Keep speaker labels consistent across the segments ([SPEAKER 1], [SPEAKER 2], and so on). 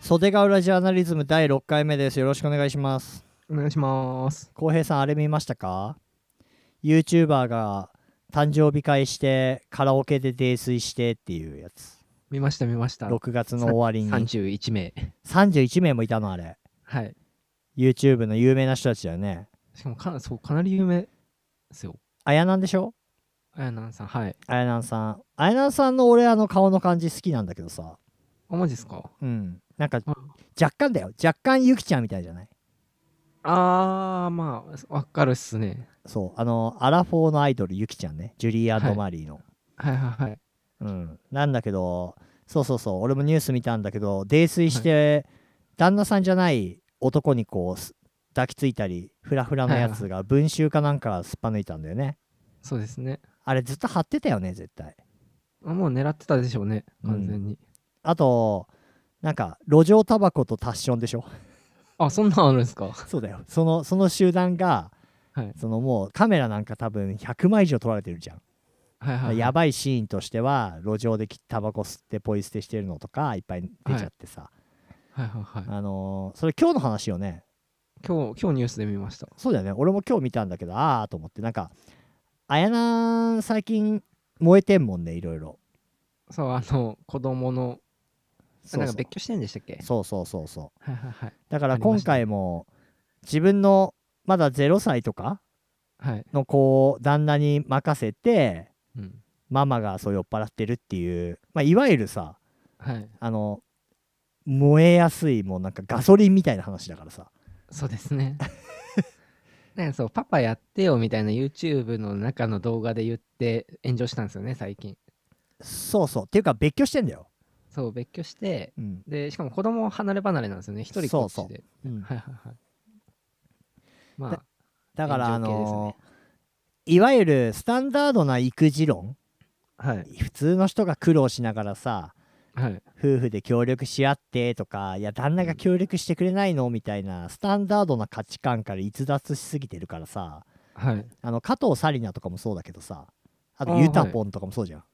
[SPEAKER 1] 袖ヶ浦ジャーナリズム第6回目ですよろしくお願いします
[SPEAKER 2] お願いします。
[SPEAKER 1] 浩平さんあれ見ましたか YouTuber が誕生日会してカラオケで泥酔してっていうやつ
[SPEAKER 2] 見ました見ました。
[SPEAKER 1] 6月の終わりに
[SPEAKER 2] 31名。
[SPEAKER 1] 31名もいたのあれ
[SPEAKER 2] はい。
[SPEAKER 1] YouTube の有名な人たちだよね
[SPEAKER 2] しかもかなそうかなり有名ですよ。
[SPEAKER 1] あやなんでしょ
[SPEAKER 2] あやなんさん。はい。
[SPEAKER 1] あやなんさんあやなんさんの俺あの顔の感じ好きなんだけどさ
[SPEAKER 2] あ、マジですか
[SPEAKER 1] うんなんか
[SPEAKER 2] うん
[SPEAKER 1] 若干だよ若干ゆきちゃんみたいじゃない
[SPEAKER 2] あー、まあ、わかるっすね。
[SPEAKER 1] そうあのアラフォーのアイドルゆきちゃんねジュリ
[SPEAKER 2] は
[SPEAKER 1] ー
[SPEAKER 2] い
[SPEAKER 1] マリーの、
[SPEAKER 2] はいはいはい。
[SPEAKER 1] うん、なんだけどそうそうそう俺もニュース見たんだけど泥酔して、旦那さんじゃない男にこうす抱きついたりフラフラのやつが文集かなんかすっぱ抜いたんだよね
[SPEAKER 2] そうですね。
[SPEAKER 1] あれずっと張ってたよね絶対
[SPEAKER 2] あもう狙ってたでしょうね。完全に。
[SPEAKER 1] あとなんか路上タバコとタッションでしょ
[SPEAKER 2] あ、そんなんあるんですか
[SPEAKER 1] そうだよそのその集団が、
[SPEAKER 2] はい
[SPEAKER 1] そのもうカメラなんか多分100枚以上撮られてるじゃん
[SPEAKER 2] はいはいはい。
[SPEAKER 1] やばいシーンとしては路上できタバコ吸ってポイ捨てしてるのとかいっぱい出ちゃってさ、
[SPEAKER 2] はいはいはい。
[SPEAKER 1] あのーそれ今日の話よね
[SPEAKER 2] 今日、今日ニュースで見ました。
[SPEAKER 1] そうだよね俺も今日見たんだけどああと思ってなんかあやなん最近燃えてんもんねいろいろ
[SPEAKER 2] そう、あの、子供の、あ
[SPEAKER 1] そ
[SPEAKER 2] な
[SPEAKER 1] うんそ
[SPEAKER 2] か
[SPEAKER 1] う
[SPEAKER 2] 別居してんでしたっけ
[SPEAKER 1] そうそうそうそう
[SPEAKER 2] はいはいはい。
[SPEAKER 1] だから
[SPEAKER 2] ありま
[SPEAKER 1] 今
[SPEAKER 2] したね
[SPEAKER 1] 回も自分のまだ0歳とか
[SPEAKER 2] はい。
[SPEAKER 1] の子を旦那に任せて
[SPEAKER 2] うん。
[SPEAKER 1] ママがそう酔っ払ってるっていう、まあ、いわゆるさ
[SPEAKER 2] はい。
[SPEAKER 1] あの燃えやすいもうなんかガソリンみたいな話だからさ
[SPEAKER 2] そうですね。 なんかそう、パパやってよみたいな YouTube の中の動画で言って炎上したんですよね、最近。
[SPEAKER 1] そうそうっていうか別居してんだよ、
[SPEAKER 2] そう、別居して、
[SPEAKER 1] うん
[SPEAKER 2] で、しかも子供離れ離れなんですよね、一人こっちで。
[SPEAKER 1] そううん
[SPEAKER 2] はいはいはい。まあ
[SPEAKER 1] だ、だからあ
[SPEAKER 2] 炎上系です
[SPEAKER 1] の
[SPEAKER 2] ね
[SPEAKER 1] いわゆるスタンダードな育児論
[SPEAKER 2] はい。
[SPEAKER 1] 普通の人が苦労しながらさ
[SPEAKER 2] はい。
[SPEAKER 1] 夫婦で協力し合ってとかいや旦那が協力してくれないのみたいなスタンダードな価値観から逸脱しすぎてるからさ
[SPEAKER 2] はい。
[SPEAKER 1] あの加藤紗理奈とかもそうだけどさあ
[SPEAKER 2] あ
[SPEAKER 1] と
[SPEAKER 2] ー
[SPEAKER 1] ゆたぽんとかもそうじゃん、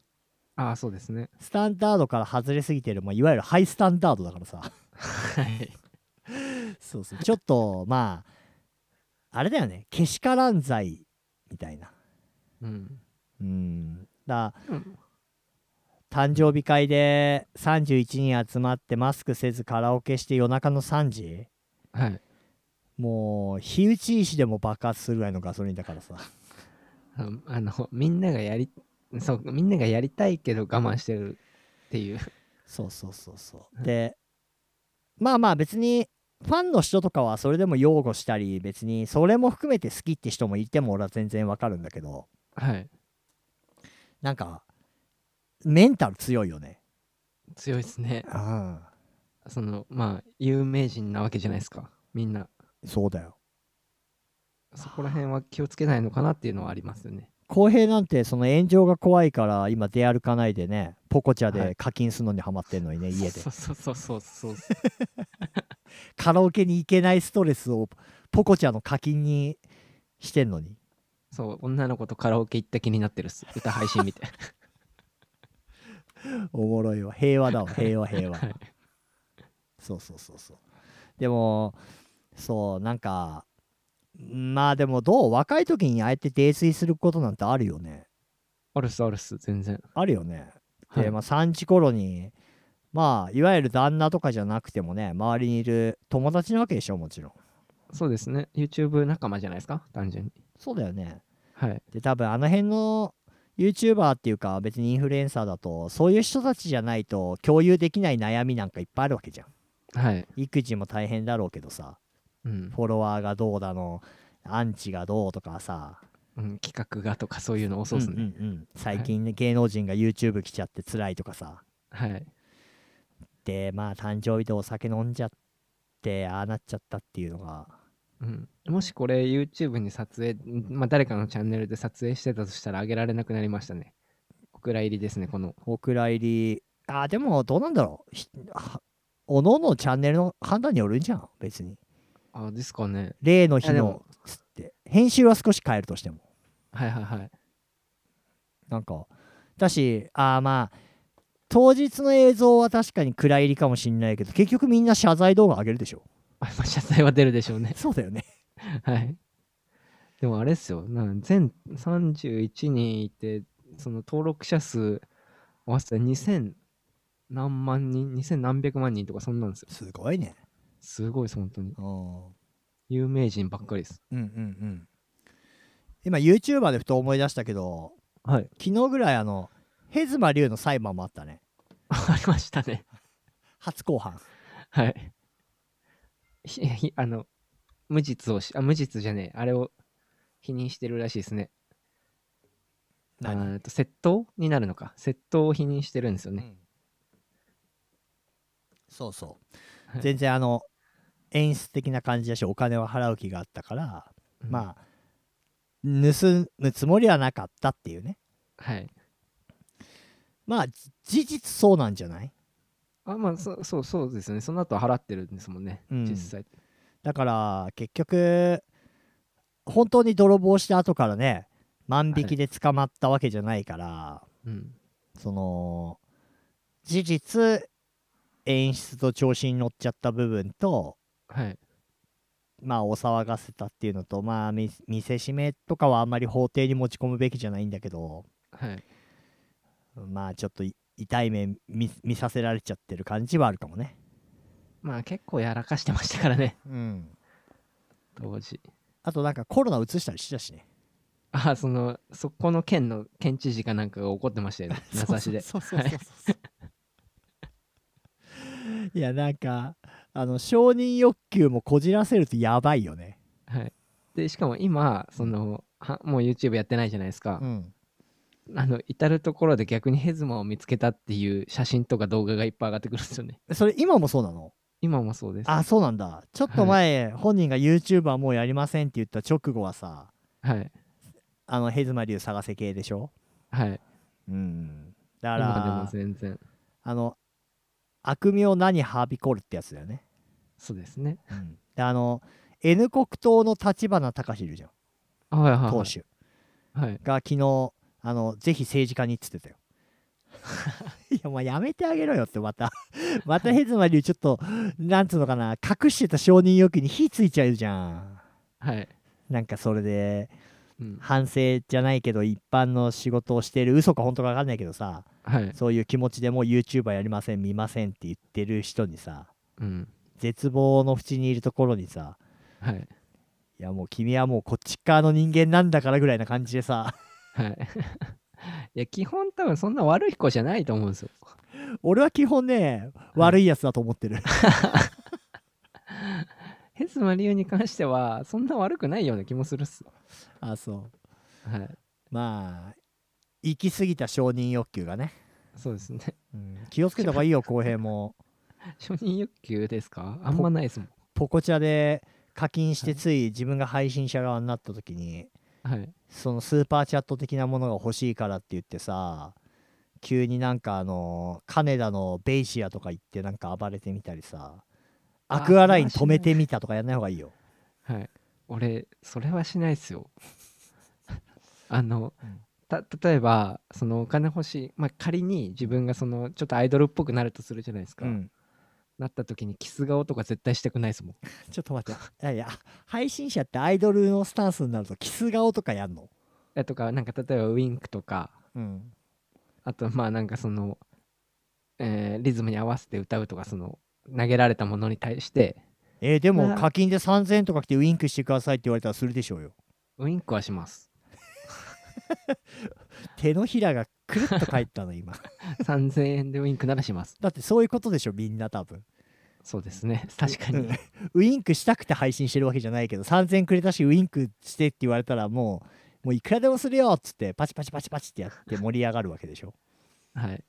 [SPEAKER 2] ああ、そうですね。
[SPEAKER 1] スタンダードから外れすぎてる、まあ、いわゆるハイスタンダードだからさ
[SPEAKER 2] はい。
[SPEAKER 1] そうそうちょっとまああれだよねけしからん罪みたいな
[SPEAKER 2] うん。
[SPEAKER 1] うんだ
[SPEAKER 2] うん
[SPEAKER 1] 誕生日会で31人集まってマスクせずカラオケして夜中の3時
[SPEAKER 2] はい。
[SPEAKER 1] もう火打ち石でも爆発するぐらいのガソリンだからさ
[SPEAKER 2] あのあの、みんながやり、そう、みんながやりたいけど我慢してるっていう。
[SPEAKER 1] そうそうそうそう でまあまあ別にファンの人とかはそれでも擁護したり別にそれも含めて好きって人もいても俺は全然わかるんだけど
[SPEAKER 2] はい。
[SPEAKER 1] なんかメンタル強いよね
[SPEAKER 2] 強いですね。
[SPEAKER 1] うん
[SPEAKER 2] そのまあ有名人なわけじゃないですかみんな
[SPEAKER 1] そうだよ
[SPEAKER 2] そこら辺は気をつけないのかなっていうのはありますよね
[SPEAKER 1] 浩平なんてその炎上が怖いから今出歩かないでねポコチャ
[SPEAKER 2] は
[SPEAKER 1] で
[SPEAKER 2] い
[SPEAKER 1] 課金するのにハマってんのに ね、家で
[SPEAKER 2] そうそうそうそうそう
[SPEAKER 1] カラオケに行けないストレスをポコチャの課金にしてんのに
[SPEAKER 2] そう女の子とカラオケ行った気になってるっす歌配信見 て
[SPEAKER 1] おもろいわ平和だ わ平和平和
[SPEAKER 2] はい
[SPEAKER 1] そうそうそうそうでもそうなんかまあでもどう若い時にああえて泥酔することなんてあるよね
[SPEAKER 2] あるっすあるっす全然
[SPEAKER 1] あるよね
[SPEAKER 2] は
[SPEAKER 1] で、
[SPEAKER 2] い、
[SPEAKER 1] まあ3時頃にまあいわゆる旦那とかじゃなくてもね周りにいる友達なわけでしょもちろん
[SPEAKER 2] そうですね YouTube 仲間じゃないですか単純に
[SPEAKER 1] そうだよね
[SPEAKER 2] はい
[SPEAKER 1] で多分あの辺の YouTuber っていうか別にインフルエンサーだとそういう人たちじゃないと共有できない悩みなんかいっぱいあるわけじゃん
[SPEAKER 2] はい
[SPEAKER 1] 育児も大変だろうけどさ
[SPEAKER 2] うん、
[SPEAKER 1] フォロワーがどうだのアンチがどうとかさ
[SPEAKER 2] うん、企画がとかそういうの多そうっすね、
[SPEAKER 1] んうんうん最近ね芸能人が YouTube 来ちゃって辛いとかさ
[SPEAKER 2] はい
[SPEAKER 1] でまあ誕生日でお酒飲んじゃってああなっちゃったっていうのが
[SPEAKER 2] うん、もしこれ YouTube に撮影、まあ、誰かのチャンネルで撮影してたとしたら上げられなくなりましたね。お蔵入りですね、この。
[SPEAKER 1] お蔵入りあーでもどうなんだろうひはおのおのチャンネルの判断によるんじゃん別に
[SPEAKER 2] あ、ですかね。
[SPEAKER 1] 例の日
[SPEAKER 2] あで
[SPEAKER 1] の
[SPEAKER 2] も
[SPEAKER 1] つって編集は少し変えるとしても
[SPEAKER 2] はいはいはい。
[SPEAKER 1] なんかだしあーまあ当日の映像は確かに暗入りかもしんないけど結局みんな謝罪動画上げるでしょ
[SPEAKER 2] あまあ、謝罪は出るでしょうね。
[SPEAKER 1] そうだよね
[SPEAKER 2] はい。でもあれですよ、なん全31人いて、その登録者数合わせて2000何万人、2000何百万人とかそんなんですよ。
[SPEAKER 1] すごいね
[SPEAKER 2] すごいです、本当に。
[SPEAKER 1] うん
[SPEAKER 2] 有名人ばっかりです。
[SPEAKER 1] うんうんうん今 YouTuber でふと思い出したけど
[SPEAKER 2] はい。
[SPEAKER 1] 昨日ぐらいあのヘズマ龍の裁判もあったね
[SPEAKER 2] ありましたね。
[SPEAKER 1] 初公判
[SPEAKER 2] はい。ひひあの、無実をし、あ、無実じゃねえ、あれを否認してるらしいですね。あ
[SPEAKER 1] 何
[SPEAKER 2] ーっと窃盗になるのか。窃盗を否認してるんですよ
[SPEAKER 1] う
[SPEAKER 2] ね。
[SPEAKER 1] んそうそう、
[SPEAKER 2] はい
[SPEAKER 1] 全然あの演出的な感じだしお金は払う気があったから、まあ盗むつもりはなかったっていうね
[SPEAKER 2] あ。はい。
[SPEAKER 1] まあじ事実そうなんじゃない
[SPEAKER 2] あまあそそうそうですよねその後払ってるんですもんね、
[SPEAKER 1] うん
[SPEAKER 2] 実際
[SPEAKER 1] だから結局本当に泥棒した後からね万引きで捕まったわけじゃないから、
[SPEAKER 2] うん
[SPEAKER 1] その事実演出と調子に乗っちゃった部分と
[SPEAKER 2] はい
[SPEAKER 1] まあお騒がせたっていうのとまあ見見せしめとかはあんまり法廷に持ち込むべきじゃないんだけど
[SPEAKER 2] はい
[SPEAKER 1] まあちょっとい痛い目見見させられちゃってる感じはあるかもね
[SPEAKER 2] まあ結構やらかしてましたから ね
[SPEAKER 1] うん
[SPEAKER 2] 当時
[SPEAKER 1] あとなんかコロナ移したりしたしね
[SPEAKER 2] あそのそこの県の県知事かなんかが怒ってましたよね名指しで
[SPEAKER 1] そうそうそうそうそう いやなんかあの承認欲求もこじらせるとやばいよね
[SPEAKER 2] はいでしかも今そのはもう YouTube やってないじゃないですか
[SPEAKER 1] う、ん
[SPEAKER 2] あの至る所で逆にヘズマを見つけたっていう写真とか動画がいっぱい上がってくるんですよね
[SPEAKER 1] それ今もそうなの
[SPEAKER 2] 今もそうです
[SPEAKER 1] あそうなんだちょっと前、本人が YouTuber もうやりませんって言った直後はさ
[SPEAKER 2] はい
[SPEAKER 1] あのヘズマ流探せ系でしょ
[SPEAKER 2] はい
[SPEAKER 1] うんだか
[SPEAKER 2] 今でも
[SPEAKER 1] ら
[SPEAKER 2] 全然
[SPEAKER 1] あの悪名何はびこるってやつだよね、
[SPEAKER 2] そうですね
[SPEAKER 1] であの N 国党の立花隆いるじゃん
[SPEAKER 2] あはいはい
[SPEAKER 1] 党
[SPEAKER 2] はい
[SPEAKER 1] 首
[SPEAKER 2] はい
[SPEAKER 1] が昨日あのぜひ政治家にっつってたよ いやもうやめてあげろよってまた またヘズマ流ちょっとなんつうのかな隠してた承認欲求に火ついちゃうじゃん
[SPEAKER 2] はい、
[SPEAKER 1] なんかそれで
[SPEAKER 2] うん、
[SPEAKER 1] 反省じゃないけど一般の仕事をしてる嘘か本当か分かんないけどさ
[SPEAKER 2] はい
[SPEAKER 1] そういう気持ちでもう YouTuber やりません見ませんって言ってる人にさ
[SPEAKER 2] うん
[SPEAKER 1] 絶望の淵にいるところにさ
[SPEAKER 2] はい。
[SPEAKER 1] いやもう君はもうこっち側の人間なんだからぐらいな感じでさ
[SPEAKER 2] はい。 いや、基本多分そんな悪い子じゃないと思うんですよ。
[SPEAKER 1] 俺は基本ね悪いやつだと思ってる
[SPEAKER 2] ヘズマ理由に関しては、そんな悪くないような気もするっす。
[SPEAKER 1] あそう
[SPEAKER 2] はい。
[SPEAKER 1] まあ行き過ぎた承認欲求がね、
[SPEAKER 2] そうですね。
[SPEAKER 1] うん気をつけた方がいいよ浩平も
[SPEAKER 2] 承認欲求ですかあんまないですもん。
[SPEAKER 1] ポコチャで課金してつい自分が配信者側になった時に
[SPEAKER 2] はい。
[SPEAKER 1] そのスーパーチャット的なものが欲しいからって言ってさ急になんかあの金田のベイシアとか行ってなんか暴れてみたりさ
[SPEAKER 2] あ
[SPEAKER 1] アクアライン止めてみたとかやんない方がいいよ
[SPEAKER 2] はい。俺、それはしないっすよ。 あの
[SPEAKER 1] うん、
[SPEAKER 2] た例えば、そのお金欲しい、まあ、仮に自分がそのちょっとアイドルっぽくなるとするじゃないですか、
[SPEAKER 1] うん
[SPEAKER 2] なった時にキス顔とか絶対したくないですもん
[SPEAKER 1] ちょっと待ってい やいや配信者ってアイドルのスタンスになるとキス顔とかやんの
[SPEAKER 2] えとかなんか例えばウインクとか
[SPEAKER 1] うん
[SPEAKER 2] あとまあなんかその、えーリズムに合わせて歌うとかその投げられたものに対して
[SPEAKER 1] えーでも
[SPEAKER 2] な
[SPEAKER 1] 課金で3000円とか来てウインクしてくださいって言われたらするでしょうよ
[SPEAKER 2] ウインクは します
[SPEAKER 1] 手のひらがくるっと返ったの 今
[SPEAKER 2] 3000円でウインクならします
[SPEAKER 1] だってそういうことでしょみんな多分
[SPEAKER 2] そうですね確か
[SPEAKER 1] うん
[SPEAKER 2] に
[SPEAKER 1] ウインクしたくて配信してるわけじゃないけど3000くれたしウインクしてって言われたらもうもういくらでもするよっつってパチパチパチパチってやって盛り上がるわけでしょ
[SPEAKER 2] はい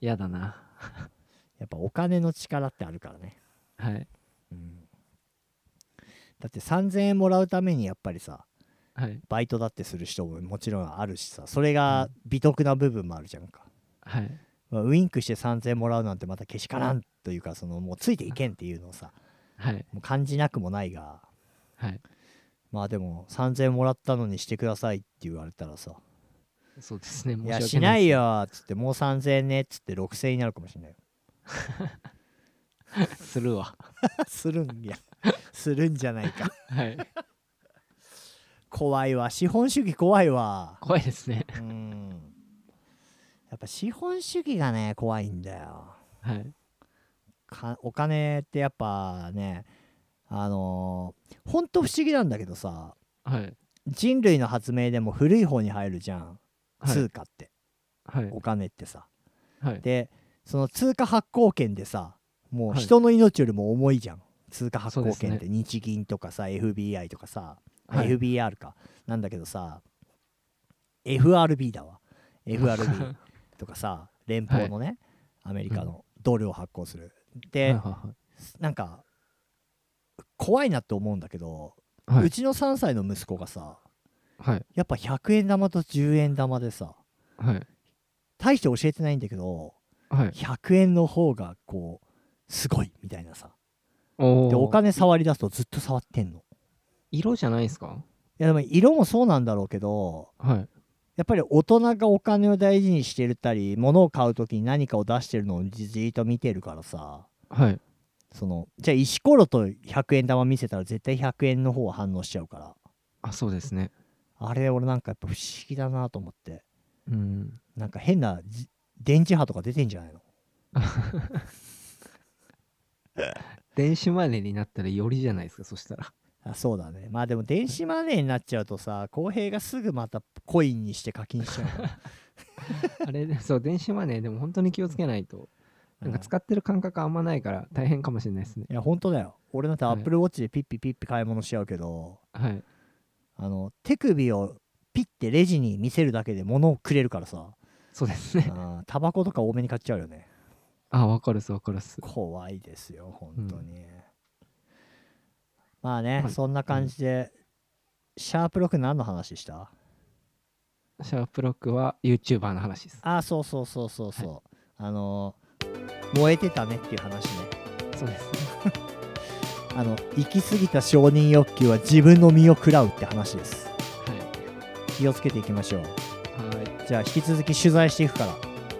[SPEAKER 2] 嫌だな
[SPEAKER 1] やっぱお金の力ってあるからね、
[SPEAKER 2] はい
[SPEAKER 1] うん、だって3000円もらうためにやっぱりさ
[SPEAKER 2] はい
[SPEAKER 1] バイトだってする人ももちろんあるしさそれが美徳な部分もあるじゃんか
[SPEAKER 2] はい
[SPEAKER 1] まあウインクして3000円もらうなんてまたけしからんというかそのもうついていけんっていうのをさ
[SPEAKER 2] はい。
[SPEAKER 1] もう感じなくもないが
[SPEAKER 2] はい。
[SPEAKER 1] まあでも3000円もらったのにしてくださいって言われたらさ「
[SPEAKER 2] そうですね。申
[SPEAKER 1] い
[SPEAKER 2] し
[SPEAKER 1] や
[SPEAKER 2] 訳
[SPEAKER 1] しない
[SPEAKER 2] です。
[SPEAKER 1] よ」っつって「もう3000円ね」っつって6000円になるかもしれないよ
[SPEAKER 2] するわ。
[SPEAKER 1] するんや するんじゃないか
[SPEAKER 2] はい。
[SPEAKER 1] 怖いわ資本主義怖いわ
[SPEAKER 2] 怖いですね。
[SPEAKER 1] うんやっぱ資本主義がね怖いんだよ
[SPEAKER 2] はい。
[SPEAKER 1] かお金ってやっぱねあのー、ほんと不思議なんだけどさ
[SPEAKER 2] はい。
[SPEAKER 1] 人類の発明でも古い方に入るじゃん
[SPEAKER 2] はい
[SPEAKER 1] 通。貨って、
[SPEAKER 2] はい。
[SPEAKER 1] お金ってさ
[SPEAKER 2] はい。
[SPEAKER 1] でその通貨発行権でさもう
[SPEAKER 2] はい
[SPEAKER 1] 人の命よりも重いじゃん、通貨発
[SPEAKER 2] そう
[SPEAKER 1] 行
[SPEAKER 2] です
[SPEAKER 1] 権
[SPEAKER 2] ね
[SPEAKER 1] って日銀とかさ FBI とかさ、
[SPEAKER 2] はい
[SPEAKER 1] FBR かなんだけどさ FRB だわ FRB とかさ連邦のね、アメリカのドルを発行する、
[SPEAKER 2] は
[SPEAKER 1] で、
[SPEAKER 2] いは
[SPEAKER 1] なんか怖いなって思うんだけど、
[SPEAKER 2] いは
[SPEAKER 1] う
[SPEAKER 2] い。
[SPEAKER 1] ちの3歳の息子がさ
[SPEAKER 2] はい。
[SPEAKER 1] やっぱ100円玉と10円玉でさ
[SPEAKER 2] はい。
[SPEAKER 1] 大して教えてないんだけど
[SPEAKER 2] はい。
[SPEAKER 1] 100円の方がこうすごいみたいなさ
[SPEAKER 2] お
[SPEAKER 1] で
[SPEAKER 2] ー
[SPEAKER 1] お金触り出すとずっと触ってんの
[SPEAKER 2] 色じゃないですか
[SPEAKER 1] いやでも色もそうなんだろうけど
[SPEAKER 2] はい。
[SPEAKER 1] やっぱり大人がお金を大事にしてるたり物を買う時に何かを出してるのをじじーっと見てるからさ
[SPEAKER 2] はい。
[SPEAKER 1] そのじゃあ石ころと100円玉見せたら絶対100円の方は反応しちゃうから
[SPEAKER 2] あ、そうですね。
[SPEAKER 1] あれ俺なんかやっぱ不思議だなと思って
[SPEAKER 2] うん。
[SPEAKER 1] なんか変なじ電磁波とか出てんじゃないの
[SPEAKER 2] 電子マネーになったらよりじゃないですか、そしたら。
[SPEAKER 1] あそうだねまあでも電子マネーになっちゃうとさ浩平がすぐまたコインにして課金しちゃうから
[SPEAKER 2] あれ、そう、電子マネーでも本当に気をつけないと。なんか
[SPEAKER 1] うん
[SPEAKER 2] 使ってる感覚あんまないから大変かもしれないですね。
[SPEAKER 1] いや本当だよ俺なんてア
[SPEAKER 2] はい
[SPEAKER 1] ップルウォッチでピッピピッピ買い物しちゃうけど、
[SPEAKER 2] はい。
[SPEAKER 1] あの手首をピッてレジに見せるだけで物をくれるから さ
[SPEAKER 2] そうですね。
[SPEAKER 1] あータバコとか多めに買っちゃうよね
[SPEAKER 2] あ、わかるっす、わかるっす。
[SPEAKER 1] 怖いですよ本当に、まあね、
[SPEAKER 2] はい
[SPEAKER 1] そんな感じで、シャープ6何の話した
[SPEAKER 2] シャープロックは YouTuber の話です。
[SPEAKER 1] あそうそうそうそうそう、あの燃えてたねっていう話ね
[SPEAKER 2] そうですね。
[SPEAKER 1] あの行き過ぎた承認欲求は自分の身を食らうって話です気をつけていきましょう
[SPEAKER 2] はい。は
[SPEAKER 1] じゃあ引き続き取材していくから
[SPEAKER 2] い。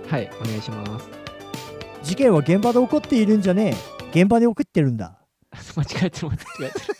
[SPEAKER 2] はい。お願いします。
[SPEAKER 1] 事件は現場で起こっているんじゃねえ現場で起こってるんだ
[SPEAKER 2] 間違えてる、間違えてる。